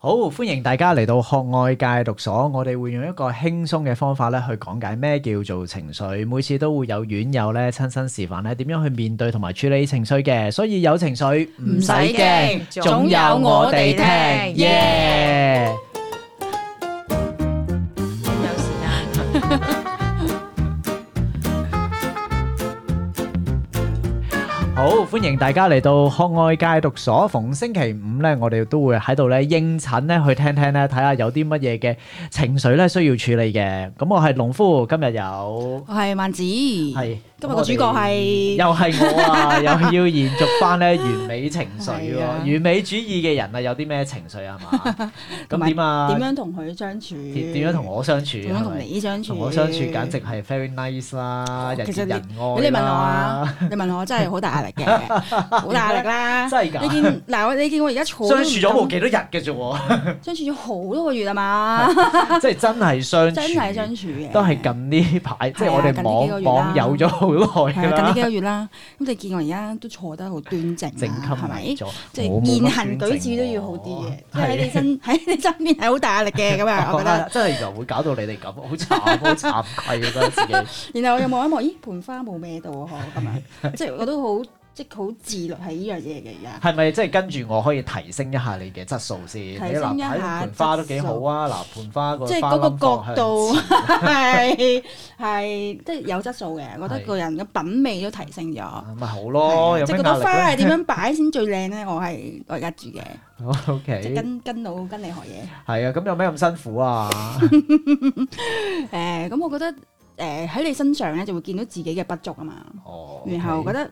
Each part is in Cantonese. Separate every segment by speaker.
Speaker 1: 好，歡迎大家嚟到學愛戒毒所，我哋會用一個輕鬆嘅方法咧去講解咩叫做情緒，每次都會有院友咧親身示範咧點樣去面對同埋處理情緒嘅，所以有情緒
Speaker 2: 唔使驚
Speaker 1: 總有我哋聽，
Speaker 2: 總有
Speaker 1: 耶！
Speaker 2: 有時間。
Speaker 1: 好，歡迎大家嚟到學愛戒毒所。逢星期五咧，我哋都會喺度咧應診咧，去聽聽咧，睇下有啲乜嘢嘅情緒咧需要處理嘅。咁我係農夫，今日有
Speaker 2: 我係萬子，今
Speaker 1: 係
Speaker 2: 日個主角係
Speaker 1: 又係我 啊，又要延續翻咧完美情緒喎，
Speaker 2: 係啊
Speaker 1: 完美主義嘅人啊，有啲咩情緒啊 嘛？咁
Speaker 2: 同埋
Speaker 1: 點啊？
Speaker 2: 點樣同佢相處？
Speaker 1: 點點樣同？我相處？啊
Speaker 2: 點樣同
Speaker 1: 係咪
Speaker 2: 你相處？
Speaker 1: 同我相處，簡直係 very nice 啦，人
Speaker 2: 其
Speaker 1: 見
Speaker 2: 實
Speaker 1: 人
Speaker 2: 如果你
Speaker 1: 愛
Speaker 2: 問我
Speaker 1: 啦。
Speaker 2: 啊，你問我真係好大壓力 嘅，好大壓力啦。
Speaker 1: 真係㗎
Speaker 2: 你見嗱，我你見我而家坐都
Speaker 1: 相
Speaker 2: 唔
Speaker 1: 處咗冇
Speaker 2: 敢
Speaker 1: 幾多日嘅啫喎。
Speaker 2: 相處咗好多個月啊嘛，
Speaker 1: 即係真係相處，
Speaker 2: 真係相處嘅。
Speaker 1: 都係近呢排，即係我哋
Speaker 2: 近呢
Speaker 1: 網
Speaker 2: 幾個月啦
Speaker 1: 網友咗好
Speaker 2: 係
Speaker 1: 耐
Speaker 2: 啊，
Speaker 1: 㗎啦，
Speaker 2: 近呢幾個月啦。咁你見我而家都坐得好端正
Speaker 1: 整襟
Speaker 2: 啦，係咪
Speaker 1: 埋？咗，
Speaker 2: 即
Speaker 1: 我
Speaker 2: 係
Speaker 1: 冇乜
Speaker 2: 言行
Speaker 1: 端
Speaker 2: 舉止都要好
Speaker 1: 正啊
Speaker 2: 啲嘅
Speaker 1: 喎，
Speaker 2: 即係喺你身 喺你身邊係好大壓力 嘅咁啊樣，我覺得。
Speaker 1: 係真係又會搞到你哋咁，好慘， 好慚愧啊！覺得自己
Speaker 2: 然後我又望一望，咦，盆花冇咩到啊，嗬咁樣，即係我都好即係好自律喺呢樣嘢嘅而家。
Speaker 1: 係咪即係跟住我可以提升一下你嘅質素先？你
Speaker 2: 提
Speaker 1: 嗱
Speaker 2: 升一
Speaker 1: 睇
Speaker 2: 下
Speaker 1: 盆花都幾好啊！嗱，盆花 個
Speaker 2: 即係
Speaker 1: 花
Speaker 2: 嗰個
Speaker 1: 冧
Speaker 2: 角度
Speaker 1: 放向前
Speaker 2: 係係即係有質素嘅，我覺得
Speaker 1: 係
Speaker 2: 個人嘅品味都提升咗。
Speaker 1: 咪好
Speaker 2: 係
Speaker 1: 咯，
Speaker 2: 啊
Speaker 1: 哦有
Speaker 2: 即
Speaker 1: 咩
Speaker 2: 係嗰
Speaker 1: 壓
Speaker 2: 朵花係
Speaker 1: 力
Speaker 2: 點樣擺先最靚咧？我係我 而家住嘅，
Speaker 1: O
Speaker 2: 即係
Speaker 1: K，
Speaker 2: 跟跟老跟你學嘢。
Speaker 1: 係啊，咁有咩咁辛苦 啊？
Speaker 2: 誒，咁我覺得誒喺你身上咧就會見到自己嘅不足啊嘛。
Speaker 1: 哦，
Speaker 2: 然後覺得，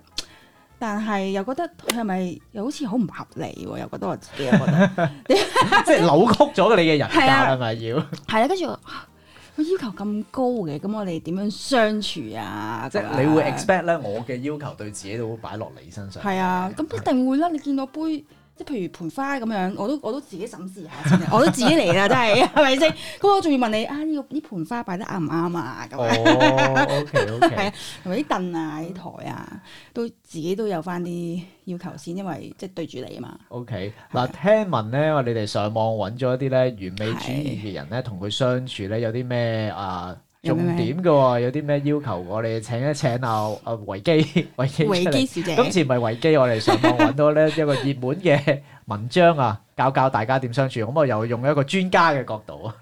Speaker 2: 但係又覺得佢係咪又好似好唔合理喎？又覺得我自己又覺得。
Speaker 1: 即係扭曲咗你嘅人格
Speaker 2: 係啊
Speaker 1: 係咪要？
Speaker 2: 係啦，跟住我啊佢要求咁高嘅，咁我哋點樣相處啊？
Speaker 1: 即係
Speaker 2: 咁樣
Speaker 1: 你會 expect 咧，我嘅要求對自己都會擺落你身上。
Speaker 2: 係啊，咁一定會啦！你見到杯。即係譬如盆花咁樣，我都我都自己審視下先，啊 我都自己嚟啦，真係係咪先？咁我仲要問你啊，呢、個呢盆花擺得啱唔啱啊？咁
Speaker 1: 哦
Speaker 2: 樣
Speaker 1: ，OK
Speaker 2: 係
Speaker 1: OK，
Speaker 2: 啊，同埋啲凳啊、啲台啊，都自己都有翻啲要求先，因為即係對住你啊嘛。
Speaker 1: OK，嗱，聽聞咧，我哋哋上網揾咗一啲咧完美主義嘅人咧，同佢相處咧有啲咩啊
Speaker 2: 有
Speaker 1: 重
Speaker 2: 咩咩
Speaker 1: 點嘅喎，有啲咩要求，我哋請一請啊啊維基 維基出
Speaker 2: 維基
Speaker 1: 嚟。
Speaker 2: 小姐，
Speaker 1: 今次唔係維基，我哋上網揾到咧一個熱門嘅 文章啊，教教大家點相處。咁我又用一個專家嘅角 度啊，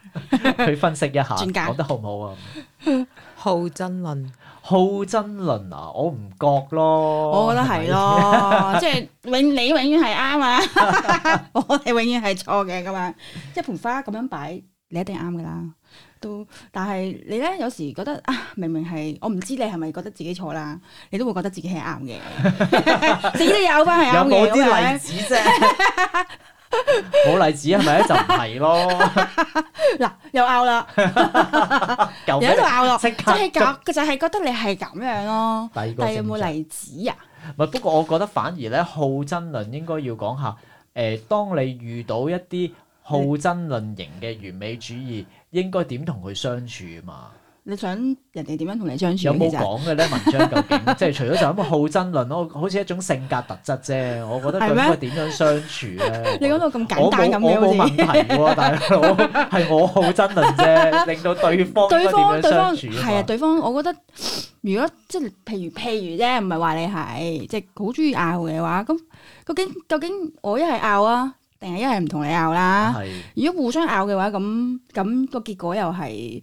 Speaker 1: 去分析一下，
Speaker 2: 專家
Speaker 1: 講得好唔好啊？
Speaker 3: 好真論，
Speaker 1: 好爭論啊，我唔覺 咯。
Speaker 2: 我覺得係咯，即係永你永遠係啱啊，我哋永遠係錯嘅咁樣。即係盆花咁樣擺，你一定啱噶啦。都但係你咧，有時覺得啊，明明係我唔知你係咪覺得自己錯啦，你都會覺得自己 係啱嘅，自己都有翻係
Speaker 1: 有
Speaker 2: 啱
Speaker 1: 冇
Speaker 2: 嘅咁
Speaker 1: 啲例
Speaker 2: 樣。
Speaker 1: 子啫？冇例子係咪咧？就唔係 咯，
Speaker 2: 嗱，又拗啦，
Speaker 1: 又
Speaker 2: 又喺度拗啦，
Speaker 1: 即
Speaker 2: 即
Speaker 1: 刻
Speaker 2: 係咁，就係覺得你係咁樣咯。
Speaker 1: 第二個
Speaker 2: 但係有
Speaker 1: 症
Speaker 2: 冇
Speaker 1: 狀
Speaker 2: 例子啊？
Speaker 1: 唔係，不過我覺得反而咧好爭論應該要講下，誒、當你遇到一啲好爭論型嘅完美主義，應該點同佢相處啊嘛？
Speaker 2: 你想人哋點樣同你相處？
Speaker 1: 有冇
Speaker 2: 嗯其實
Speaker 1: 講嘅咧？文章究 竟即係除咗就咁好爭論咯，好似一種性格特質啫。我覺得佢
Speaker 2: 係
Speaker 1: 應
Speaker 2: 咩
Speaker 1: 該點樣相處咧？
Speaker 2: 你講到咁簡單咁
Speaker 1: 我
Speaker 2: 嘅，
Speaker 1: 冇我冇
Speaker 2: 好
Speaker 1: 問
Speaker 2: 似
Speaker 1: 題喎，大佬係我好爭論 啫，令到對方
Speaker 2: 對
Speaker 1: 應該
Speaker 2: 方
Speaker 1: 點
Speaker 2: 對
Speaker 1: 樣相
Speaker 2: 方
Speaker 1: 處
Speaker 2: 係啊，
Speaker 1: 嘛
Speaker 2: 對方我覺得如果即係譬如譬如啫，唔係話你係即係好中意拗嘅話，咁究竟究竟我一係拗啊，定係一係唔同你拗啦？
Speaker 1: 啊係
Speaker 2: 如果互相拗嘅話，咁咁個結果又係誒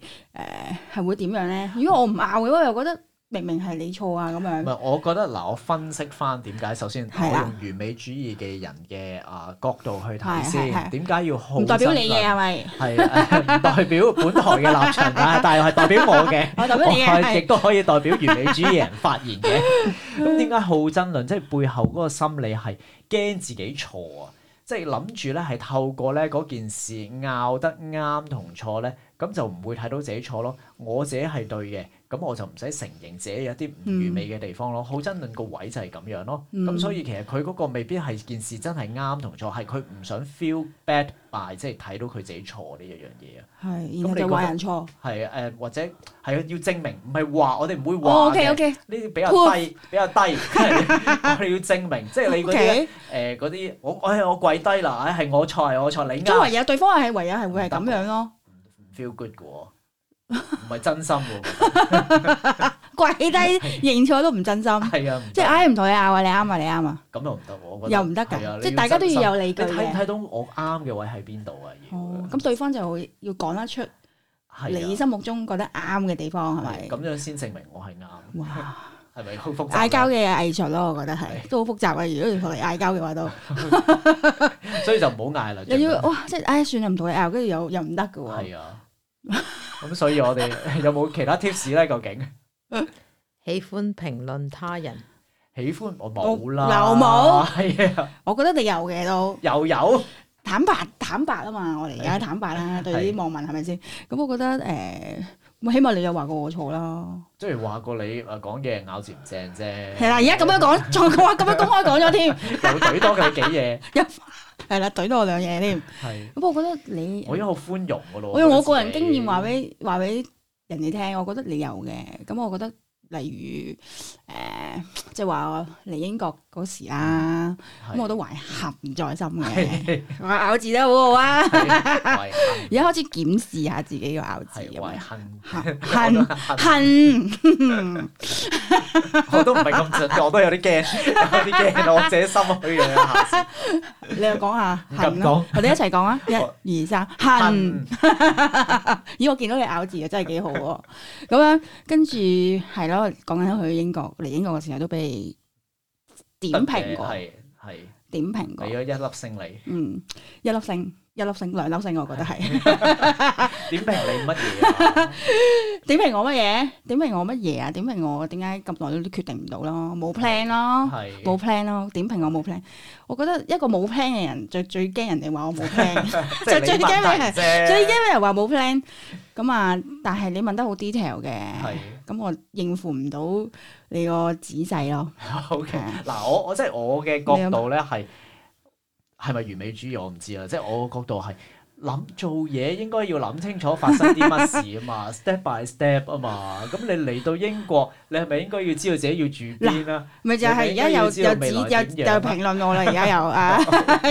Speaker 2: 係會點樣咧？如果我唔拗嘅話，又覺得明明係你錯啊咁
Speaker 1: 唔
Speaker 2: 樣。
Speaker 1: 係？我覺得嗱，我分析翻點解首先我
Speaker 2: 係
Speaker 1: 用
Speaker 2: 啦
Speaker 1: 完美主義嘅人嘅啊角度去睇
Speaker 2: 係係
Speaker 1: 先，
Speaker 2: 係
Speaker 1: 點解要好
Speaker 2: 唔代表你
Speaker 1: 爭
Speaker 2: 嘅
Speaker 1: 論
Speaker 2: 係咪？
Speaker 1: 係啊 唔代表本台嘅立場 啊，但係係代表我嘅。
Speaker 2: 我代表你嘅
Speaker 1: 我亦
Speaker 2: 係
Speaker 1: 都可以代表完美主義 人發言嘅。咁點解好爭論？即係背後嗰個心理係驚自己錯啊！即係諗住咧係透過咧嗰件事拗得啱同錯咧，咁就唔會睇到自己錯咯。我自己係對嘅，咁我就唔使承認自己有啲唔完美嘅地方咯。好爭論個位就係咁樣咯。咁、
Speaker 2: 嗯
Speaker 1: 所以其實佢嗰個未必係件事真係啱同錯，係佢唔想 feel bad by 即係睇到佢自己錯呢一樣嘢啊。
Speaker 2: 係，
Speaker 1: 咁
Speaker 2: 然
Speaker 1: 你
Speaker 2: 後就
Speaker 1: 覺
Speaker 2: 話
Speaker 1: 得
Speaker 2: 人錯。
Speaker 1: 係誒、呃或者係啊要證明，唔係話我哋唔會話
Speaker 2: 哦
Speaker 1: 嘅
Speaker 2: ，OK OK
Speaker 1: 呢啲比較低，比較低， 即係我哋要證明，即係你嗰啲
Speaker 2: OK，
Speaker 1: 誒嗰啲，我哎我係我跪低啦，唉係我錯係我錯，你
Speaker 2: 周
Speaker 1: 啱
Speaker 2: 圍有對方係唯有係會係咁樣
Speaker 1: 唔
Speaker 2: 咯，
Speaker 1: 啊 feel good 嘅喎，唔係真心嘅 喎，
Speaker 2: 跪低認錯都唔真 心，
Speaker 1: 係啊，唔
Speaker 2: 即係唉唔同你拗啊，你啱啊，你啱啊，
Speaker 1: 咁又唔得喎，我覺
Speaker 2: 又唔得
Speaker 1: 係啊
Speaker 2: 㗎，
Speaker 1: 你
Speaker 2: 即係大家都
Speaker 1: 真心
Speaker 2: 要有理據
Speaker 1: 你睇唔
Speaker 2: 嘅。
Speaker 1: 睇到我啱嘅位喺邊度啊？要
Speaker 2: 哦，咁對方就會要講得出你
Speaker 1: 係
Speaker 2: 心目中覺得啱嘅地方係
Speaker 1: 啊，
Speaker 2: 咪？
Speaker 1: 咁樣先證明我係啱，
Speaker 2: 哇！
Speaker 1: 係咪好複雜啊？
Speaker 2: 嗌交嘅藝術咯，我覺得係
Speaker 1: 係
Speaker 2: 都好複雜啊！如果要同你嗌交嘅話都，
Speaker 1: 所以就唔好嗌啦。
Speaker 2: 你要哇，即係唉算啦，唔同你拗，跟住又又唔得嘅喎。
Speaker 1: 係啊，咁所以我哋 有冇其他 tips 咧？究竟？
Speaker 3: 喜歡評論他人，
Speaker 1: 喜歡我冇啦，
Speaker 2: 我有冇
Speaker 1: 係啊，
Speaker 2: 我覺得你有嘅都
Speaker 1: 又有
Speaker 2: 坦白坦白啊嘛，我哋而家
Speaker 1: 係
Speaker 2: 坦白啦，對
Speaker 1: 係
Speaker 2: 啲網民係咪先？咁我覺得誒，咁起碼你有話過我錯啦。
Speaker 1: 即係話過你啊講嘢咬字唔正 啫，
Speaker 2: 係啦，而家咁樣講，仲講咁樣公開講咗添，
Speaker 1: 又懟多佢幾嘢，
Speaker 2: 係啦，懟多我兩嘢添。
Speaker 1: 係
Speaker 2: 咁我覺得你，
Speaker 1: 我已經好寬容噶咯。
Speaker 2: 我用我個人
Speaker 1: 覺
Speaker 2: 經
Speaker 1: 得自己
Speaker 2: 驗話俾話俾人哋聽，我覺得你有嘅。咁我覺得例如誒、即係話我嚟英國嗰時啦，咁我都 懷恨在心嘅。
Speaker 1: 係
Speaker 2: 我咬字都好好啊，
Speaker 1: 係
Speaker 2: 而家開始檢視下自己個咬字
Speaker 1: 係
Speaker 2: 咁
Speaker 1: 遺
Speaker 2: 樣。
Speaker 1: 恨，
Speaker 2: 恨
Speaker 1: 我都
Speaker 2: 恨恨，
Speaker 1: 我都唔係咁準，我都有啲驚，有啲驚，我自己心虛嘅下次
Speaker 2: 你又講下
Speaker 1: 唔敢
Speaker 2: 恨啦，
Speaker 1: 講
Speaker 2: 我哋一齊 講啊！
Speaker 1: 我
Speaker 2: 一、二、三，恨。
Speaker 1: 恨
Speaker 2: 咦，我見到你咬字啊，真係幾好喎！咁樣跟住係咯，講緊去英國嚟英國嘅時候都俾點評過，哦
Speaker 1: 係係
Speaker 2: 點評過
Speaker 1: 俾，咗一粒星你，
Speaker 2: 嗯，一粒星，一粒星，兩粒星，我覺得係
Speaker 1: 點評你乜嘢啊？
Speaker 2: 點評我乜嘢？點評我乜嘢啊？點評我點解咁耐都決定唔到咯？冇 plan 咯，
Speaker 1: 係
Speaker 2: 哦冇 plan 咯，點評我冇 plan。我覺得一個冇 plan 嘅人最最驚人哋話 我冇 plan。
Speaker 1: 即係
Speaker 2: 最
Speaker 1: 你問
Speaker 2: 驚咩
Speaker 1: 題啫，
Speaker 2: 最驚俾人話冇 plan，咁啊，但係你問得好 detail 嘅
Speaker 1: 係，
Speaker 2: 咁我應付唔到你個仔細咯。
Speaker 1: O K，
Speaker 2: 係啊
Speaker 1: 嗱我我即係我嘅角度咧係係咪完美主義我唔知啊啦，即係我嘅角度係諗做嘢應該要諗清楚發生啲乜事啊 嘛，step by step 啊嘛，咁你嚟到英國，你係咪應該要知道自己要住邊啊？
Speaker 2: 咪就係而家又又指
Speaker 1: 你咪應該要
Speaker 2: 又
Speaker 1: 知道未
Speaker 2: 又
Speaker 1: 來啊
Speaker 2: 評論我啦，而家又 啊，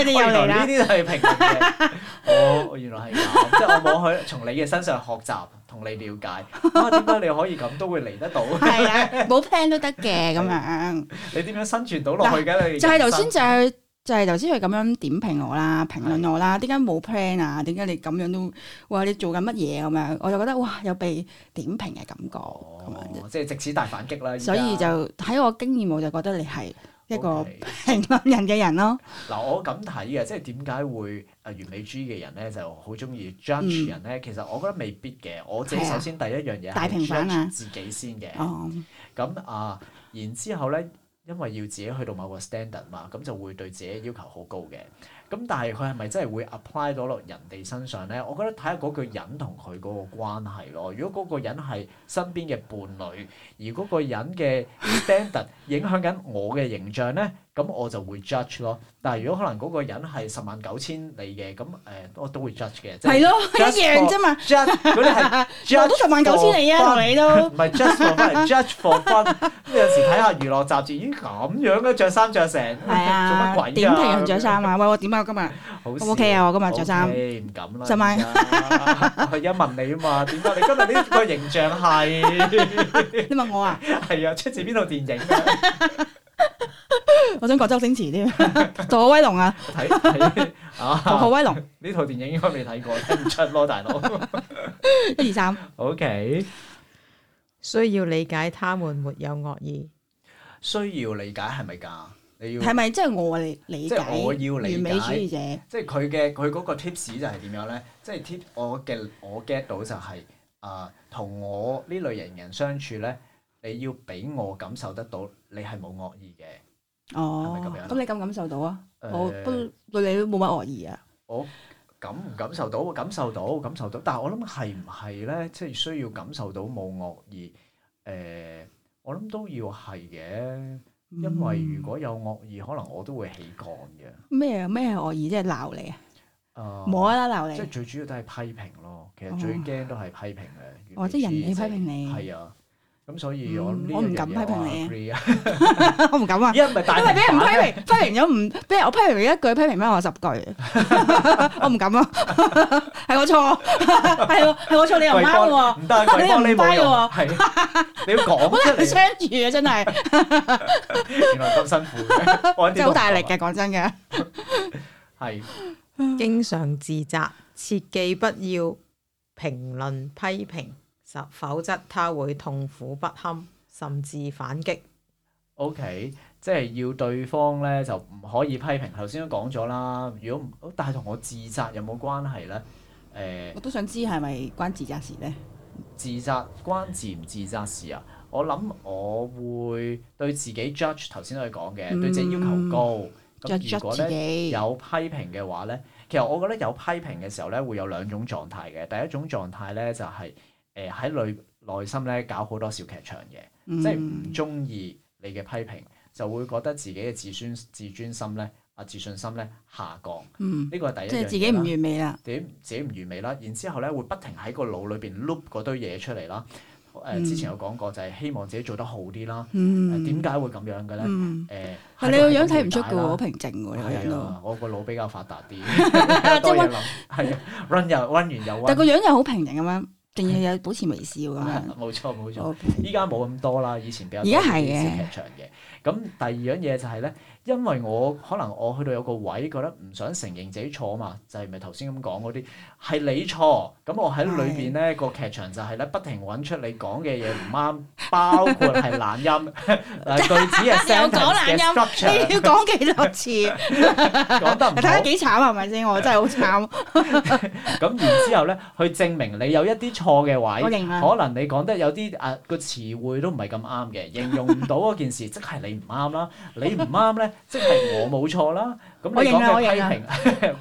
Speaker 2: 你又
Speaker 1: 哦
Speaker 2: 嚟
Speaker 1: 原來
Speaker 2: 啦
Speaker 1: 呢，啲都係評論嘅，我我原來係咁，即係我冇去從你嘅身上學習，同你了解啊點解你可以咁都會嚟 得到？
Speaker 2: 係啦，冇 plan 都得嘅咁樣。
Speaker 1: 你點樣生存到落去嘅？你
Speaker 2: 就係頭
Speaker 1: 人生
Speaker 2: 先就係就係頭先佢咁樣點評我啦，評論我啦，點解冇 plan 啊？點解你咁樣都哇？你做緊乜嘢咁樣？我就覺得哇，有被點評嘅感覺咁樣啫
Speaker 1: 哦，即係直此大反擊啦！而家
Speaker 2: 所以就喺我經驗，我就覺得你係一個
Speaker 1: OK
Speaker 2: 評論人嘅人咯。
Speaker 1: 嗱，我咁睇嘅，即係點解會誒呃完美主義嘅人咧，就好中意 judge 人咧？其實我覺得未必嘅。我自己
Speaker 2: 嗯係啊
Speaker 1: 首先第一樣嘢
Speaker 2: 大
Speaker 1: 係
Speaker 2: 平反啊
Speaker 1: judge 自己先嘅。
Speaker 2: 哦，
Speaker 1: 咁啊，然之後咧，因為要自己去到某個 standard 嘛，咁就會對自己要求好高嘅。咁但係佢係咪真係會 apply 到落人哋身上咧？我覺得睇下嗰個人同佢嗰個關係咯。如果嗰個人係身邊嘅伴侶，而嗰個人 嘅 standard 影響緊我嘅形象咧，咁我就會 judge 咯。但係如果可能嗰個人係十萬九千里嘅，咁誒、我都會 judge 嘅。即
Speaker 2: 係咯，
Speaker 1: Just
Speaker 2: 一樣啫嘛。
Speaker 1: judge 嗰啲 係 judge
Speaker 2: 我都十萬九千里啊，
Speaker 1: for
Speaker 2: 同你都
Speaker 1: 唔係 just for fun，judge for fun。咁有時睇下娛樂雜誌，咦咁樣嘅着衫着成， 做
Speaker 2: 係
Speaker 1: 乜
Speaker 2: 啊
Speaker 1: 鬼。
Speaker 2: 點評
Speaker 1: 啊？
Speaker 2: 人着衫啊？喂，我點啊？我今日
Speaker 1: 好
Speaker 2: O 唔 OK 啊？我今
Speaker 1: 笑
Speaker 2: 日着衫
Speaker 1: OK，唔敢啦。
Speaker 2: 十萬
Speaker 1: 而家 佢一問你啊嘛，點解你今日呢個形象係
Speaker 2: 你問我啊？
Speaker 1: 係啊？出自邊套電影啊？
Speaker 2: 我想講周星馳添， 《逃學威龍》啊，
Speaker 1: 睇睇
Speaker 2: 《逃學
Speaker 1: 啊！
Speaker 2: 威龍
Speaker 1: 呢套電影應該未睇過，睇唔出咯，大 佬。》
Speaker 2: 一二三，
Speaker 1: OK，
Speaker 3: 需要理解他們沒有惡意，
Speaker 1: 需要理解係咪㗎？你要
Speaker 2: 係咪即係我理理
Speaker 1: 即
Speaker 2: 解
Speaker 1: 係我要理解
Speaker 2: 完美主義者？
Speaker 1: 即係佢嘅佢嗰個 tips 就係點樣咧？即係 tip 我嘅我 get 到就係、啊，同、我呢類型人相處咧，你要俾我感受得到你係冇惡意嘅。
Speaker 2: 哦
Speaker 1: 係咪咁樣啊，
Speaker 2: 咁你感唔感受到啊？
Speaker 1: 誒
Speaker 2: 我不對你都冇乜惡意啊。
Speaker 1: 我感唔感受到？感受到，感受到。但係我諗係唔係咧，即係需要感受到冇惡意。誒、我諗都要係嘅，因為如果有惡意，可能我都會起槓嘅。
Speaker 2: 嗯咩啊咩惡意，即係鬧你啊，
Speaker 1: 啊
Speaker 2: 冇啦鬧
Speaker 1: 即係
Speaker 2: 你，
Speaker 1: 最主要都係批評咯。其實
Speaker 2: 哦
Speaker 1: 最驚都係批評嘅。
Speaker 2: 哦即係人哋批評你
Speaker 1: 係啊。咁所以我諗呢
Speaker 2: 嗯我唔
Speaker 1: 樣
Speaker 2: 敢
Speaker 1: 嘢
Speaker 2: 批評你啊
Speaker 1: agree 啊，
Speaker 2: 我唔敢啊。
Speaker 1: 因為大
Speaker 2: 因為俾人
Speaker 1: 平
Speaker 2: 批
Speaker 1: 反
Speaker 2: 評，批評咗唔，俾人我批評你一句，批評翻我十句， 我唔敢啊，係我錯， 係我係我錯，你又唔
Speaker 1: 跪
Speaker 2: 啱
Speaker 1: 幫
Speaker 2: 喎，
Speaker 1: 唔得，跪幫你冇
Speaker 2: 你又
Speaker 1: 用，
Speaker 2: 唔
Speaker 1: 係你要講出
Speaker 2: 好難
Speaker 1: 嚟，
Speaker 2: 相處啊，真係
Speaker 1: 原來咁辛苦 嘅，我一啲都
Speaker 2: 真係好
Speaker 1: 唔
Speaker 2: 大力
Speaker 1: 覺
Speaker 2: 嘅，講真 嘅，
Speaker 1: 係
Speaker 3: 經常自責，切記不要評論批評，實否則他會痛苦不堪，甚至反擊。
Speaker 1: OK，即係要對方咧就唔可以批評。頭先都講咗啦，如果唔，但係同我自責有冇關係咧？誒、
Speaker 2: 我都想知係咪關自責事咧？
Speaker 1: 自責關自唔自責事啊？我諗我會對自己 judge，頭先都係講嘅，對自己要求高。
Speaker 2: 着
Speaker 1: 咁如
Speaker 2: 着
Speaker 1: 果
Speaker 2: 嗯自
Speaker 1: 咧
Speaker 2: 己，
Speaker 1: 有批評嘅話咧，其實我覺得有批評嘅時候咧，會有兩種狀態嘅。第一種狀態咧就係誒喺內內心咧搞好多小劇場嘅。
Speaker 2: 嗯
Speaker 1: 即係唔中意你嘅批評，就會覺得自己嘅自尊自尊心咧啊自信心咧下降，
Speaker 2: 嗯，
Speaker 1: 呢個係第
Speaker 2: 即
Speaker 1: 一樣嘢啦
Speaker 2: 係自己唔完美啦，
Speaker 1: 自己自己唔完美啦，然之後咧會不停喺個腦裏邊 loop 嗰堆嘢出嚟啦。誒、
Speaker 2: 嗯
Speaker 1: 之前有講過就係希望自己做得好啲啦。誒
Speaker 2: 嗯，
Speaker 1: 點解會咁樣嘅咧？誒、
Speaker 2: 嗯，係
Speaker 1: 係
Speaker 2: 你個樣
Speaker 1: 係
Speaker 2: 睇唔出嘅
Speaker 1: 咁了解
Speaker 2: 喎，好
Speaker 1: 啦
Speaker 2: 平靜喎，你個樣
Speaker 1: 係
Speaker 2: 都，
Speaker 1: 啊，我個腦比較發達 啲，多嘢諗。係啊，run 又 run 完又
Speaker 2: 但
Speaker 1: run，啊
Speaker 2: 個樣又好平靜咁樣，仲要有保持微笑咁樣。
Speaker 1: 冇錯冇錯。
Speaker 2: 我
Speaker 1: 依家冇咁多啦，以前比較多
Speaker 2: 而家係
Speaker 1: 啲
Speaker 2: 嘅
Speaker 1: 小劇場嘅。咁第二樣嘢就係咧，因為我可能我去到有個位，覺得唔想承認自己錯啊嘛，就係咪頭先咁講嗰啲係你錯，咁我喺裏邊咧個劇場就係咧不停揾出你講嘅嘢唔啱，包括係懶 音、誒句子嘅
Speaker 2: 又
Speaker 1: sentence
Speaker 2: 講懶
Speaker 1: 嘅 structure
Speaker 2: 音 你要講幾多次？你
Speaker 1: 講得唔
Speaker 2: 睇下
Speaker 1: 好。
Speaker 2: 幾慘啊係咪先？我 真係好慘，
Speaker 1: 咁然之後咧，去證明你有一啲錯嘅位
Speaker 2: 我。認啊啦。
Speaker 1: 可能你講得有啲啊個詞彙都唔係咁啱嘅，形容唔到嗰件事，即係你唔啱 啦。你唔啱咧，即係我冇錯啦。咁
Speaker 2: 我
Speaker 1: 你
Speaker 2: 認
Speaker 1: 講嘅
Speaker 2: 啦我
Speaker 1: 批
Speaker 2: 認啦
Speaker 1: 評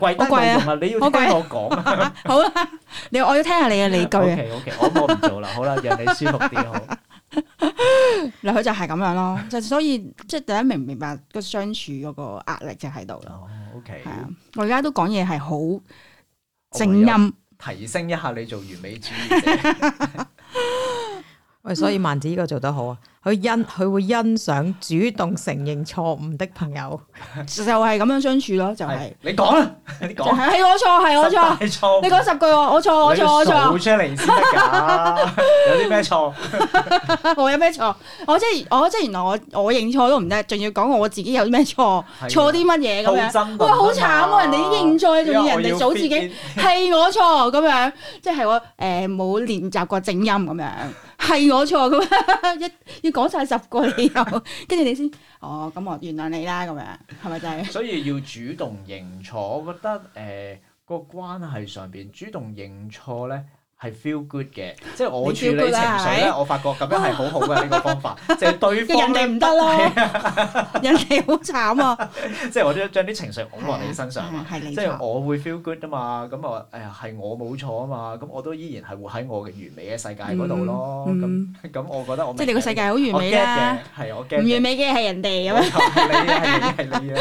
Speaker 1: 跪低
Speaker 2: 我跪
Speaker 1: 冇
Speaker 2: 啊
Speaker 1: 用啊！你要聽我講
Speaker 2: 我跪啊
Speaker 1: 啊。
Speaker 2: 好啦，你我要聽下你嘅理據
Speaker 1: O
Speaker 2: 啊。
Speaker 1: K O K，我我唔做啦，好 啦，讓你舒服啲好。
Speaker 2: 嗱，佢就係咁樣咯，就所以即係大家明唔明白個相處嗰個壓力就喺度啦。
Speaker 1: 哦，O
Speaker 2: 係
Speaker 1: K，
Speaker 2: 啊，我而家都講嘢係好正音，
Speaker 1: 提升一下你做完美主義者。
Speaker 3: 喂，所以萬子呢個做得好啊！佢欣佢會欣賞主動承認錯誤的朋友。
Speaker 2: 就係咁樣相處 咯，就係
Speaker 1: 係你講啦， 你
Speaker 2: 就
Speaker 1: 講。
Speaker 2: 係係我錯，係我錯，
Speaker 1: 你錯，
Speaker 2: 你講十句我我錯我錯我錯
Speaker 1: 數。出嚟先得 㗎。有啲咩錯？
Speaker 2: 我有咩錯？我即係我即係原來我我認錯都唔得，仲要講我自己有啲咩錯，
Speaker 1: 係啊
Speaker 2: 錯啲乜嘢咁樣。
Speaker 1: 樣
Speaker 2: 哇，好慘啊！人哋已經認錯，仲要人哋數自己係我錯咁樣，即係我誒冇練習過正音咁樣，係我錯咁樣， 一要講晒十個理由，跟住你先哦，咁我原諒你啦咁樣，係咪就係？
Speaker 1: 所以要主動認錯，我覺得誒、呃、個關係上邊主動認錯咧係 feel good 嘅，即係我
Speaker 2: 你
Speaker 1: 處
Speaker 2: feel
Speaker 1: 理
Speaker 2: good
Speaker 1: 情
Speaker 2: 啦
Speaker 1: 緒
Speaker 2: 係
Speaker 1: 咧，
Speaker 2: 咪
Speaker 1: 我發覺咁樣係好好嘅呢個方 法，就係對方
Speaker 2: 人
Speaker 1: 咧
Speaker 2: 哋唔得 咯， 人哋好慘啊！哦
Speaker 1: 即係我都將啲情緒拱落你身上啊嘛。
Speaker 2: 係你
Speaker 1: 即係
Speaker 2: 錯，
Speaker 1: 我會 feel good 啊嘛，咁啊誒係我冇錯啊嘛，咁我都依然係活喺我嘅完美嘅世界嗰度咯，咁咁、
Speaker 2: 嗯
Speaker 1: 我覺得我
Speaker 2: 即係你個世界好
Speaker 1: 明嘅
Speaker 2: 完美
Speaker 1: 我 get
Speaker 2: 啦，，
Speaker 1: 嘅係我 get
Speaker 2: 唔
Speaker 1: 嘅
Speaker 2: 完美嘅係人哋咁樣
Speaker 1: 冇。錯 係你啊係你係你啊，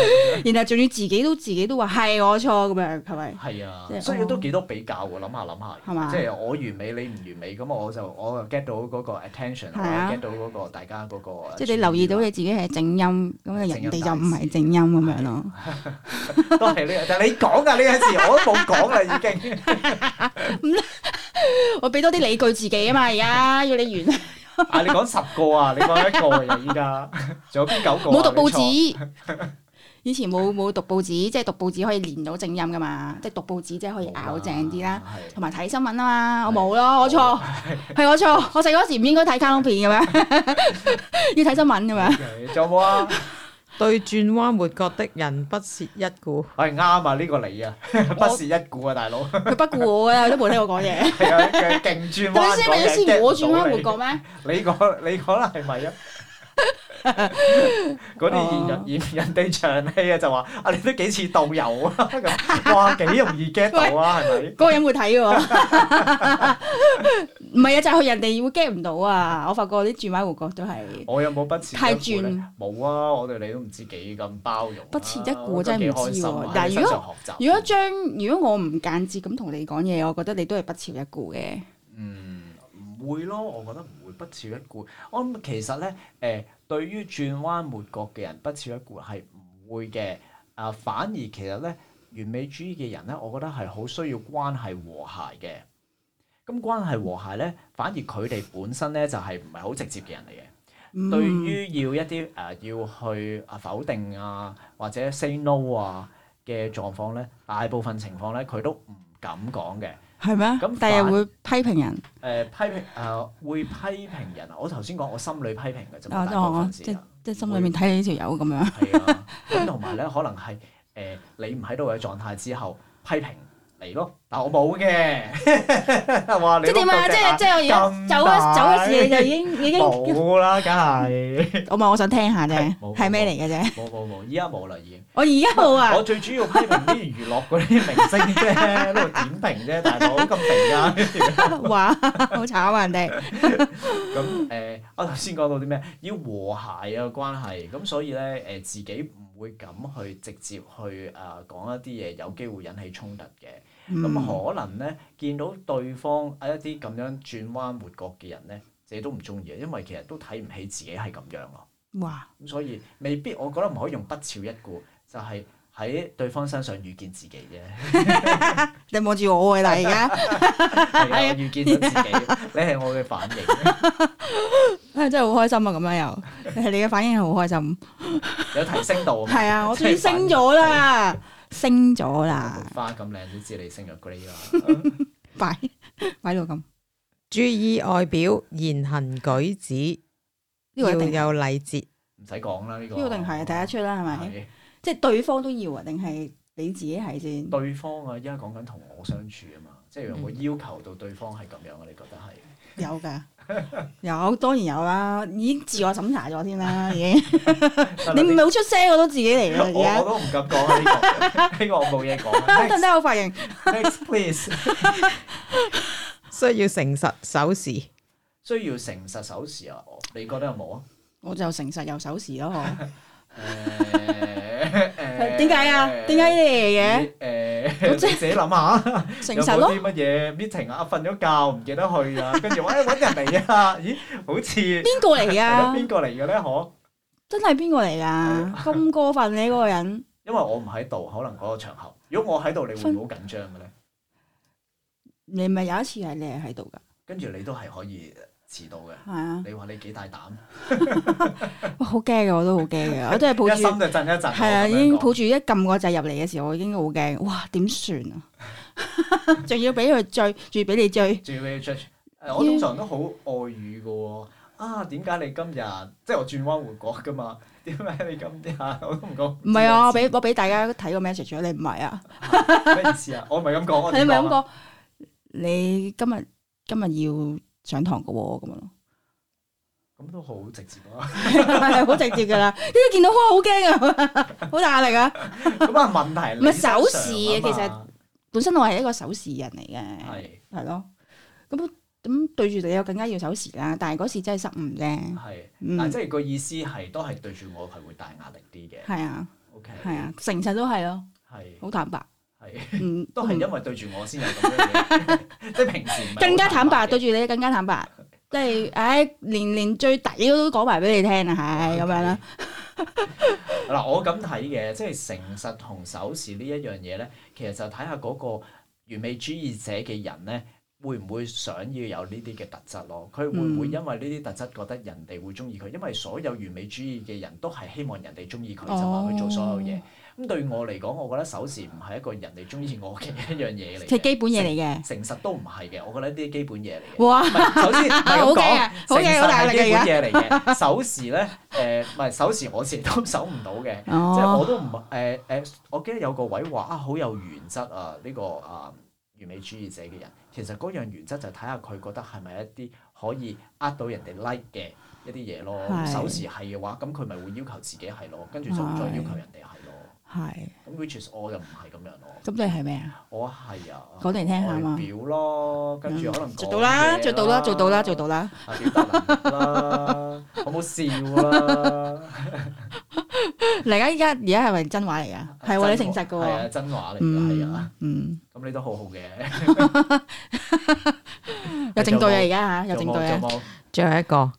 Speaker 2: 然後仲要自己都自己都話係我錯咁樣，係咪？
Speaker 1: 係啊
Speaker 2: 即，係哦
Speaker 1: 所以都幾多比較喎，諗下諗下。
Speaker 2: 係嘛
Speaker 1: 即？係我完美你唔完美，咁我就我就 get 到嗰個 attention，我
Speaker 2: 係啊
Speaker 1: get 到嗰個大家嗰個。
Speaker 2: 即係你留意到你自己係正音，咁你
Speaker 1: 正音
Speaker 2: 人
Speaker 1: 大
Speaker 2: 哋
Speaker 1: 師
Speaker 2: 就唔係正音咁樣咯。
Speaker 1: 都係呢個，但係你講啊㗎呢一次，我都冇講啦已經。
Speaker 2: 我俾多啲理據自己啊嘛，而家要 你完，
Speaker 1: 啊，你講十個啊，你講一個啊，依 家仲有邊九個啊？
Speaker 2: 冇讀報
Speaker 1: 你錯。
Speaker 2: 紙。以前冇冇讀報紙，即係讀報紙可以練到正音噶嘛，即係讀報紙即係可以咬正啲啦，
Speaker 1: 係。
Speaker 2: 同埋睇新聞啊嘛。我冇
Speaker 1: 哦
Speaker 2: 咯，我錯，係我錯，我細嗰時唔應該睇卡通片嘅咩？ 要睇新聞嘅咩？
Speaker 1: OK，仲有冇啊？
Speaker 3: 對轉彎抹角的人不屑一顧。
Speaker 1: 係啱啊！呢個你啊， 不是一顧啊，大佬
Speaker 2: 佢不顧我啊嘅，佢都冇聽我 講嘢。
Speaker 1: 係啊，佢勁轉彎
Speaker 2: 頭
Speaker 1: 嗰
Speaker 2: 先咪
Speaker 1: 嘢
Speaker 2: 有
Speaker 1: get
Speaker 2: 先
Speaker 1: 唔
Speaker 2: 我轉
Speaker 1: 到
Speaker 2: 彎
Speaker 1: 你
Speaker 2: 抹角咩？
Speaker 1: 你講你講啦，係咪啊？嗰啲嫌
Speaker 2: 哦
Speaker 1: 人嫌人哋長氣啊，就話啊你都幾似導遊啊 咁，哇幾容易 get 到啊，係咪？
Speaker 2: 嗰個人會睇喎， 唔係啊，就係、人哋會 get 唔到啊！我發覺啲轉彎活角都係
Speaker 1: 我有冇不屑一顧
Speaker 2: 太
Speaker 1: 咧
Speaker 2: 轉
Speaker 1: 冇啊！我對你都唔知幾咁包容啊。
Speaker 2: 不屑一顧
Speaker 1: 我都
Speaker 2: 真係唔
Speaker 1: 幾開
Speaker 2: 知
Speaker 1: 心
Speaker 2: 喎
Speaker 1: 啊喺
Speaker 2: 嗱如
Speaker 1: 身
Speaker 2: 果
Speaker 1: 上學習
Speaker 2: 如果將如果我唔間接咁同你講嘢，我覺得你都係不屑一顧嘅。
Speaker 1: 嗯，唔會咯，我覺得唔會不屑一顧。我諗其實咧，誒、對於轉彎抹角嘅人不屑一顧係唔會嘅。啊，反而其實咧，完美主義嘅人咧，我覺得係好需要關係和諧嘅。咁關係和諧咧，反而佢哋本身咧就係唔係好直接嘅人嚟嘅。
Speaker 2: 嗯
Speaker 1: 對於要一啲誒、呃要去啊否定啊或者 say no 啊嘅狀況咧，大部分情況咧佢都唔敢講嘅。
Speaker 2: 係咩？
Speaker 1: 咁
Speaker 2: 咁第日會批評人，
Speaker 1: 誒、批評誒、呃、會批評人啊！我頭先講我心裏批評嘅啫嘛，大
Speaker 2: 哦
Speaker 1: 部
Speaker 2: 哦
Speaker 1: 分，時
Speaker 2: 即
Speaker 1: 間
Speaker 2: 係即係心裏面睇你條友咁樣。
Speaker 1: 係啊。咁同埋咧，可能係誒、呃你唔喺度嘅狀態之後批評你咯，但我冇嘅。哇！你
Speaker 2: 即係
Speaker 1: 碌
Speaker 2: 點啊？
Speaker 1: 到隻
Speaker 2: 即係
Speaker 1: 眼
Speaker 2: 即係我而
Speaker 1: 咁
Speaker 2: 家走咗走
Speaker 1: 大
Speaker 2: 嗰時，你就已經已經，
Speaker 1: 冇啦，梗係
Speaker 2: 我咪我想聽下啫
Speaker 1: 係冇，
Speaker 2: 係咩嚟嘅啫？
Speaker 1: 冇冇冇，依家冇啦已經。
Speaker 2: 我而家冇啊
Speaker 1: 我，最主要批評啲娛樂嗰啲明星啫，喺度點評啫，大佬咁肥啊！
Speaker 2: 哇，好慘啊人哋，
Speaker 1: 咁誒、呃我頭先講到啲咩？要和諧啊關係，咁所以咧誒、呃自己唔會咁去直接去啊、講一啲嘢，有機會引起衝突嘅。咁、
Speaker 2: 嗯
Speaker 1: 可能咧見到對方呃一啲咁樣轉彎抹角嘅人咧，自己都唔中意嘅，因為其實都睇唔起自己係咁樣咯。
Speaker 2: 哇，
Speaker 1: 咁所以未必，我覺得唔可以用不屑一顧，就係、喺對方身上遇見自己啫，
Speaker 2: 你望住我喎，但係而家。
Speaker 1: 係啊，我遇見咗自己，你係我嘅反應。
Speaker 2: 啊， 真係好開心啊！咁樣又， 係你嘅反應係好開心。
Speaker 1: 有提升到啊嘛！
Speaker 2: 係啊，我終於升咗啦，升咗 啦，
Speaker 1: 梅花咁靚都知你升咗 grade 啦。
Speaker 2: 擺擺到咁，
Speaker 3: 注意外表、言行舉止，
Speaker 2: 呢個一定
Speaker 3: 要有禮節。
Speaker 1: 唔使講啦，呢個
Speaker 2: 呢個定係睇得出啦，係咪？
Speaker 1: 係
Speaker 2: 即係對方都要啊，定係你自 己係先？
Speaker 1: 對方啊，依家講緊同我相處啊嘛，即係有冇
Speaker 2: 嗯
Speaker 1: 要求到對方係咁樣啊？你覺得係？
Speaker 2: 有㗎，有當然有啦，已經自我審查咗 添啦，已經。 你唔係好出聲，我都自己嚟啦，
Speaker 1: 我 我
Speaker 2: 而
Speaker 1: 都唔敢講啊！呢 個呢個我冇嘢講
Speaker 2: 家。得
Speaker 1: 啊。
Speaker 2: 唔得？我髮型
Speaker 1: Next- Next please，
Speaker 3: 需要誠實守時，
Speaker 1: 需要誠實守時啊！我你覺得有 冇啊？
Speaker 2: 我就誠實又守時咯，嗬。
Speaker 1: 誒
Speaker 2: 點解啊？點解？呢
Speaker 1: 誒
Speaker 2: 我
Speaker 1: 你
Speaker 2: 真
Speaker 1: 自己諗下。
Speaker 2: 啲
Speaker 1: 有
Speaker 2: 嚟嘅？誠實
Speaker 1: 冇
Speaker 2: 咯，
Speaker 1: 啲乜嘢 meeting 啊？瞓咗覺唔記得去啊，跟住喂揾人嚟啊！咦，好似係
Speaker 2: 邊個 嚟
Speaker 1: 咯
Speaker 2: 㗎？
Speaker 1: 邊個嚟嘅咧？可
Speaker 2: 真係邊個嚟㗎？咁過分呢嗰個人？
Speaker 1: 因為我唔喺度，可能嗰個場合。如果我喺度，你會唔會好緊張嘅咧？
Speaker 2: 你咪有一次係你係喺度㗎，
Speaker 1: 跟住你都係可以遲到嘅。
Speaker 2: 係啊，
Speaker 1: 你話你幾大膽？
Speaker 2: 哇好驚嘅，我都好驚 嘅，我都係抱
Speaker 1: 一
Speaker 2: 住
Speaker 1: 心就震一震。
Speaker 2: 係啊，
Speaker 1: 我咁樣
Speaker 2: 已經
Speaker 1: 講
Speaker 2: 抱住一撳個掣入嚟嘅時候，我已經好驚，哇點算啊？ 仲要俾佢追，仲要俾你追，
Speaker 1: 仲要俾你 judge。誒我通常都好外語嘅喎。啊，點解你今日即係我轉彎回國㗎嘛？ 點解你今日我都唔講？
Speaker 2: 唔係啊，我俾我俾大家睇個 message 咗你唔係啊，
Speaker 1: 咩意思啊？我唔係咁講，我
Speaker 2: 你
Speaker 1: 點
Speaker 2: 咪咁
Speaker 1: 講啊？
Speaker 2: 講，你今日今日要上堂嘅喎，咁樣咯，
Speaker 1: 咁都好直接啊！
Speaker 2: 係好直接㗎啦，呢啲見到哇好驚啊， 好大壓力啊！
Speaker 1: 咁啊問題係你
Speaker 2: 唔係手
Speaker 1: 身上
Speaker 2: 勢
Speaker 1: 啊
Speaker 2: 啊
Speaker 1: 嘛
Speaker 2: 本身我係一個守時人嚟嘅，
Speaker 1: 係
Speaker 2: 係咯，咁咁對住你又更加要守時啦，但係嗰時真係失誤啫，
Speaker 1: 係，
Speaker 2: 嗯
Speaker 1: 但即係個意思係都係對住我係會大壓力啲嘅。
Speaker 2: 係啊。
Speaker 1: OK，
Speaker 2: 系啊，誠實都係咯，
Speaker 1: 係，
Speaker 2: 好坦白，
Speaker 1: 係
Speaker 2: 嗯，
Speaker 1: 都係因為對住我先有咁樣嘅嘢，即係平時唔係好
Speaker 2: 更加坦白，對
Speaker 1: 嘅
Speaker 2: 住你更 加坦白，即係，唉，連連最底都講埋俾你聽啊，係咁樣啦，。
Speaker 1: 嗱，我咁睇嘅，即係誠實同守時呢一樣嘢咧，其實就睇下嗰個完美主義者嘅人咧，會唔會想要有呢啲嘅特質咯？佢會唔會
Speaker 2: 嗯
Speaker 1: 因為呢啲特質覺得人哋會中意佢？因為所有完美主義嘅人都係希望人哋中意佢，
Speaker 2: 哦
Speaker 1: 就話佢做所有嘢。咁對我嚟講，我覺得守時唔係一個人哋中意我嘅一樣嘢嚟
Speaker 2: 即係
Speaker 1: 嘅，
Speaker 2: 基本嘢嚟嘅，
Speaker 1: 誠實都唔係嘅，我覺得呢啲基本嘢嚟嘅。
Speaker 2: 哇，
Speaker 1: 唔係首先唔係咁
Speaker 2: 好驚啊好
Speaker 1: 講，誠
Speaker 2: 驚好
Speaker 1: 實
Speaker 2: 大
Speaker 1: 係
Speaker 2: 壓力
Speaker 1: 基
Speaker 2: 啊
Speaker 1: 本嘢嚟嘅。 守時咧，誒唔係守時，我自己都守唔到嘅。即係我
Speaker 2: 哦，
Speaker 1: 都唔誒誒，我記得有個位話啊，好有原則啊，呢個啊完美主義者嘅人，其實嗰樣原則就係睇下佢覺得係咪一啲可以呃到人哋 like 嘅一啲嘢咯。
Speaker 2: 係
Speaker 1: 守時係嘅話，咁佢咪會要求自己係咯，跟住就唔再要
Speaker 2: 係
Speaker 1: 求人哋係咯。
Speaker 2: 係。
Speaker 1: 咁 which is 我就唔係咁樣咯，
Speaker 2: 咁你係咩啊？
Speaker 1: 我係啊，
Speaker 2: 講嚟聽下嘛嗯
Speaker 1: 外。表咯，跟住可能
Speaker 2: 做到啦，
Speaker 1: 講嘢
Speaker 2: 做到啦，做到啦，做到啦。
Speaker 1: 啊表達能力啦，好冇笑啊啦，
Speaker 2: 嚟家依家而家係咪真話嚟啊？ 係喎，你
Speaker 1: 真
Speaker 2: 誠實
Speaker 1: 係啊，
Speaker 2: 嘅喎。
Speaker 1: 真話嚟嘅，係啊
Speaker 2: 嗯，嗯，
Speaker 1: 咁你都好好嘅。
Speaker 2: 有證據啊！而家 嚇，有證據
Speaker 1: 有
Speaker 2: 啊！
Speaker 1: 冇
Speaker 3: 最後一個，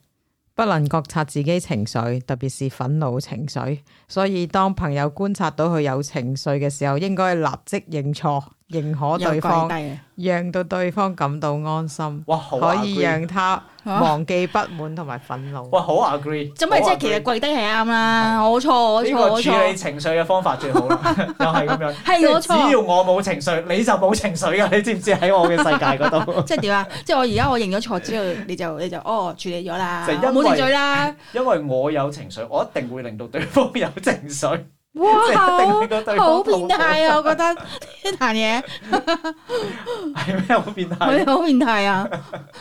Speaker 3: 不能覺察自己情緒，特別是憤怒情緒。所以當朋友觀察到佢有情緒嘅時候，應該立即認錯，認可
Speaker 2: 有跪
Speaker 3: 對方，
Speaker 2: 低啊！
Speaker 3: 讓到對方感到安心，
Speaker 1: 哇，好
Speaker 3: 可以
Speaker 1: agree
Speaker 3: 讓他
Speaker 2: 啊
Speaker 3: 忘記不滿同埋憤怒。
Speaker 1: 哇，好 agree。
Speaker 2: 咁咪即
Speaker 1: 好
Speaker 2: 係
Speaker 1: agree
Speaker 2: 其實跪低係啱啦，我錯，我
Speaker 1: 呢
Speaker 2: 錯，
Speaker 1: 個
Speaker 2: 我
Speaker 1: 處理
Speaker 2: 錯。
Speaker 1: 情緒嘅方法最好啦， 又係咁樣。
Speaker 2: 係
Speaker 1: 即係
Speaker 2: 我錯
Speaker 1: 只要我冇情緒，你就冇情緒㗎，你知唔知喺我嘅世界嗰 度？
Speaker 2: 即係點啊？即係我而家我認咗錯之後，你就你就哦處理咗啦，
Speaker 1: 就因為
Speaker 2: 我冇證據啦。
Speaker 1: 因為我有情緒，我一定會令到對方有情 緒，
Speaker 2: 哇，
Speaker 1: 即係一定令
Speaker 2: 好
Speaker 1: 到對方
Speaker 2: 好
Speaker 1: 痛苦
Speaker 2: 變態啊！我覺得呢壇嘢
Speaker 1: 係咩好變態？
Speaker 2: 佢 好變態啊！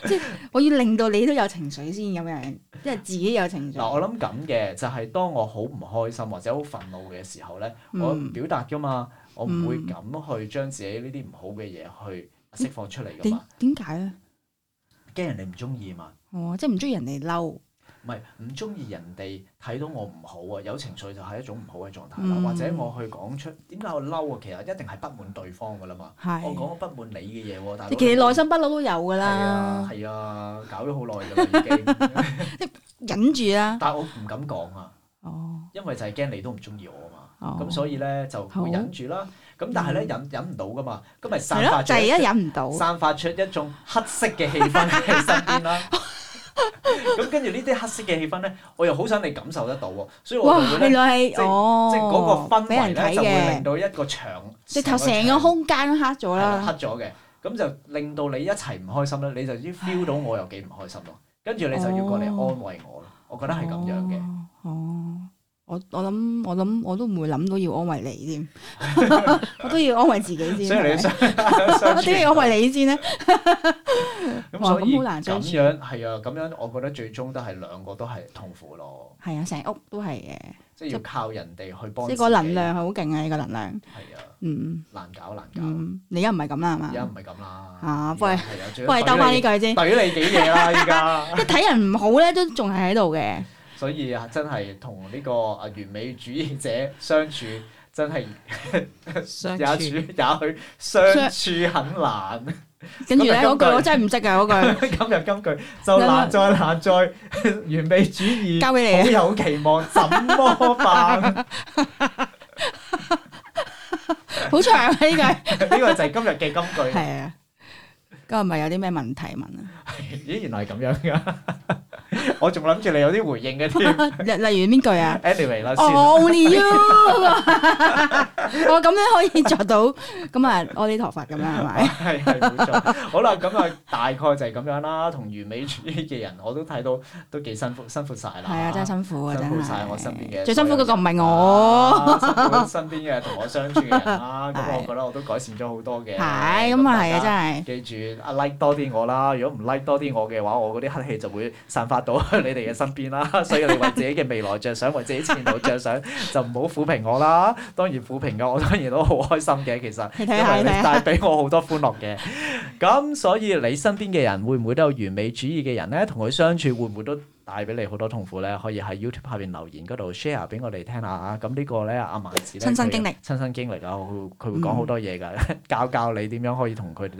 Speaker 2: 即係我要令到你都有情緒先咁樣，即係自己有情
Speaker 1: 嗱，
Speaker 2: 緒。
Speaker 1: 我諗咁嘅就係當我好唔開心或者好憤怒嘅時候咧，我
Speaker 2: 嗯
Speaker 1: 表達噶嘛，我唔會
Speaker 2: 嗯
Speaker 1: 咁去將自己呢啲唔好嘅嘢去釋放出嚟噶
Speaker 2: 點
Speaker 1: 嘛，
Speaker 2: 點解咧？
Speaker 1: 驚人哋唔中意嘛。
Speaker 2: 哦，即係唔中意人哋嬲。
Speaker 1: 唔係唔中意人哋睇到我唔好啊，有情緒就係一種唔好嘅狀態啦。
Speaker 2: 嗯
Speaker 1: 或者我去講出點解我嬲啊，其實一定係不滿對方噶啦嘛。我講
Speaker 2: 係，
Speaker 1: 我不滿你嘅嘢喎，但
Speaker 2: 即係其實內心不嬲都有㗎
Speaker 1: 係啊
Speaker 2: 啦，
Speaker 1: 係啊，搞咗好耐㗎啦已經，
Speaker 2: 忍住啦。
Speaker 1: 但係我唔敢講啊，
Speaker 2: 哦，
Speaker 1: 因為就係驚你都唔中意我啊嘛。
Speaker 2: 哦嗯
Speaker 1: 咁所以咧就會忍住啦。咁但係咧忍忍唔到噶嘛，咁咪
Speaker 2: 係
Speaker 1: 散
Speaker 2: 咯，
Speaker 1: 發
Speaker 2: 就
Speaker 1: 出
Speaker 2: 係而家忍唔到。
Speaker 1: 散發出一種黑色嘅氣氛喺 身邊啦。咁跟住呢啲黑色嘅氣氛咧，我又好想你感受得到喎，所以我
Speaker 2: 哇
Speaker 1: 就！會
Speaker 2: 原
Speaker 1: 咧，
Speaker 2: 來係
Speaker 1: 即
Speaker 2: 哦，
Speaker 1: 即係嗰個氛
Speaker 2: 俾
Speaker 1: 圍
Speaker 2: 人
Speaker 1: 咧
Speaker 2: 睇
Speaker 1: 就會令
Speaker 2: 嘅，
Speaker 1: 到一個場
Speaker 2: 直頭成個
Speaker 1: 場
Speaker 2: 空間都黑咗
Speaker 1: 係啦
Speaker 2: 啦。
Speaker 1: 黑咗嘅，咁就令到你一齊唔開心咧，你就已經 feel 到我有幾唔開心咯。跟住你就要過嚟
Speaker 2: 哦
Speaker 1: 安慰我咯，我覺得係咁樣嘅。
Speaker 2: 哦。哦，我我諗我諗我都唔會諗到要安慰你添，我都要安慰自己先。
Speaker 1: 所以你
Speaker 2: 係咪
Speaker 1: 想
Speaker 2: 我
Speaker 1: 相
Speaker 2: 都要
Speaker 1: 處，
Speaker 2: 安慰你先咧。
Speaker 1: 咁
Speaker 2: 哇
Speaker 1: 所
Speaker 2: 咁
Speaker 1: 以
Speaker 2: 好難
Speaker 1: 咁
Speaker 2: 相處
Speaker 1: 樣係啊，咁樣我覺得最終都係兩個都係痛苦咯，
Speaker 2: 係啊，成屋都係嘅，
Speaker 1: 即係要靠人哋去幫自
Speaker 2: 即係
Speaker 1: 己。
Speaker 2: 個能量係好勁啊！你個能量，
Speaker 1: 係啊，
Speaker 2: 嗯
Speaker 1: 難搞難搞。
Speaker 2: 嗯，你而家唔係咁啦係
Speaker 1: 而家
Speaker 2: 嘛？
Speaker 1: 唔係咁啦。
Speaker 2: 啊
Speaker 1: 而家係啊，
Speaker 2: 喂，兜翻呢句先，
Speaker 1: 懟你幾嘢啦，依家。
Speaker 2: 即係睇人唔好咧，都仲係喺度嘅。
Speaker 1: 所以啊，真係同呢個啊完美主義者相處，真係
Speaker 3: 相
Speaker 1: 也
Speaker 3: 處
Speaker 1: 處也許相處很難。
Speaker 2: 跟住咧
Speaker 1: 咁就今句
Speaker 2: 嗰句我真係唔識㗎 嗰句，
Speaker 1: 今日今句就難再難再完美主義，
Speaker 2: 交俾你啊
Speaker 1: 好有期望，怎麼辦？ 呢
Speaker 2: 好長啊呢
Speaker 1: 個
Speaker 2: 句。
Speaker 1: 就係今日嘅金句。
Speaker 2: 係啊，咁係咪有啲咩問題問啊？
Speaker 1: 咦，原來係咁樣噶， 我仲諗住你有啲回應嘅 添。
Speaker 2: 例例如邊句 啊哦
Speaker 1: anyway 啦，算啦。
Speaker 2: ？Only you，我咁哦樣可以做到，咁啊，阿彌陀佛咁樣係咪？
Speaker 1: 係係冇錯，好啦，咁啊大概就係咁樣啦。同完美主義嘅人，我都睇到都幾辛苦，辛苦晒啦。
Speaker 2: 係啊，真係辛苦啊，
Speaker 1: 辛
Speaker 2: 真
Speaker 1: 苦
Speaker 2: 係。
Speaker 1: 晒我身邊嘅
Speaker 2: 最辛苦嗰個唔係我，
Speaker 1: 啊辛苦身邊嘅同我相處嘅人啦。咁
Speaker 2: 係
Speaker 1: 我覺得我都改善咗好哦多嘅。
Speaker 2: 係咁啊，
Speaker 1: 大
Speaker 2: 係啊，
Speaker 1: 家
Speaker 2: 真係。
Speaker 1: 記住啊 like 多啲我啦，如果唔 like 多啲我嘅話，我嗰啲黑氣就會散發到 去你哋嘅身邊啦。 所以你為自己嘅未來着想，為自己前途着想， 就唔好苦評我啦。當然苦評嘅我當然都好開心嘅，其實
Speaker 2: 你
Speaker 1: 因
Speaker 2: 睇下
Speaker 1: 為
Speaker 2: 你睇下
Speaker 1: 你帶俾我好多歡樂嘅。咁所以你身邊嘅人會唔會都有完美主義嘅人呢？同佢相處會唔會都帶俾你好多痛苦呢？可以喺 YouTube 下邊留言嗰度 share 俾我哋聽下啊！咁呢個呢，阿萬子呢
Speaker 2: 親身
Speaker 1: 佢
Speaker 2: 經歷嗯
Speaker 1: 親身經歷啊，佢佢會講好多嘢㗎， 教教你點樣可以同佢哋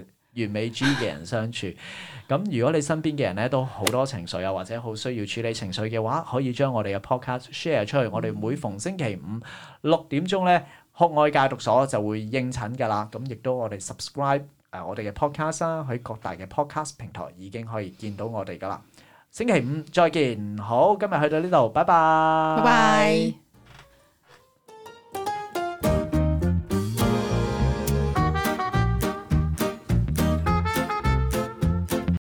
Speaker 1: 完美主義嘅人相處。咁如果你身邊嘅人咧都好多情緒啊，或者好需要處理情緒嘅話，可以將我哋嘅 podcast share 出去。我哋每逢星期五六點鐘咧，學愛戒毒所就會應診㗎啦。咁亦都我哋 subscribe 誒、我哋嘅 podcast 啦，喺各大嘅 podcast 平台已經可以見到我哋㗎啦。星期五再見，好，今日去到呢度，拜拜，
Speaker 2: 拜拜。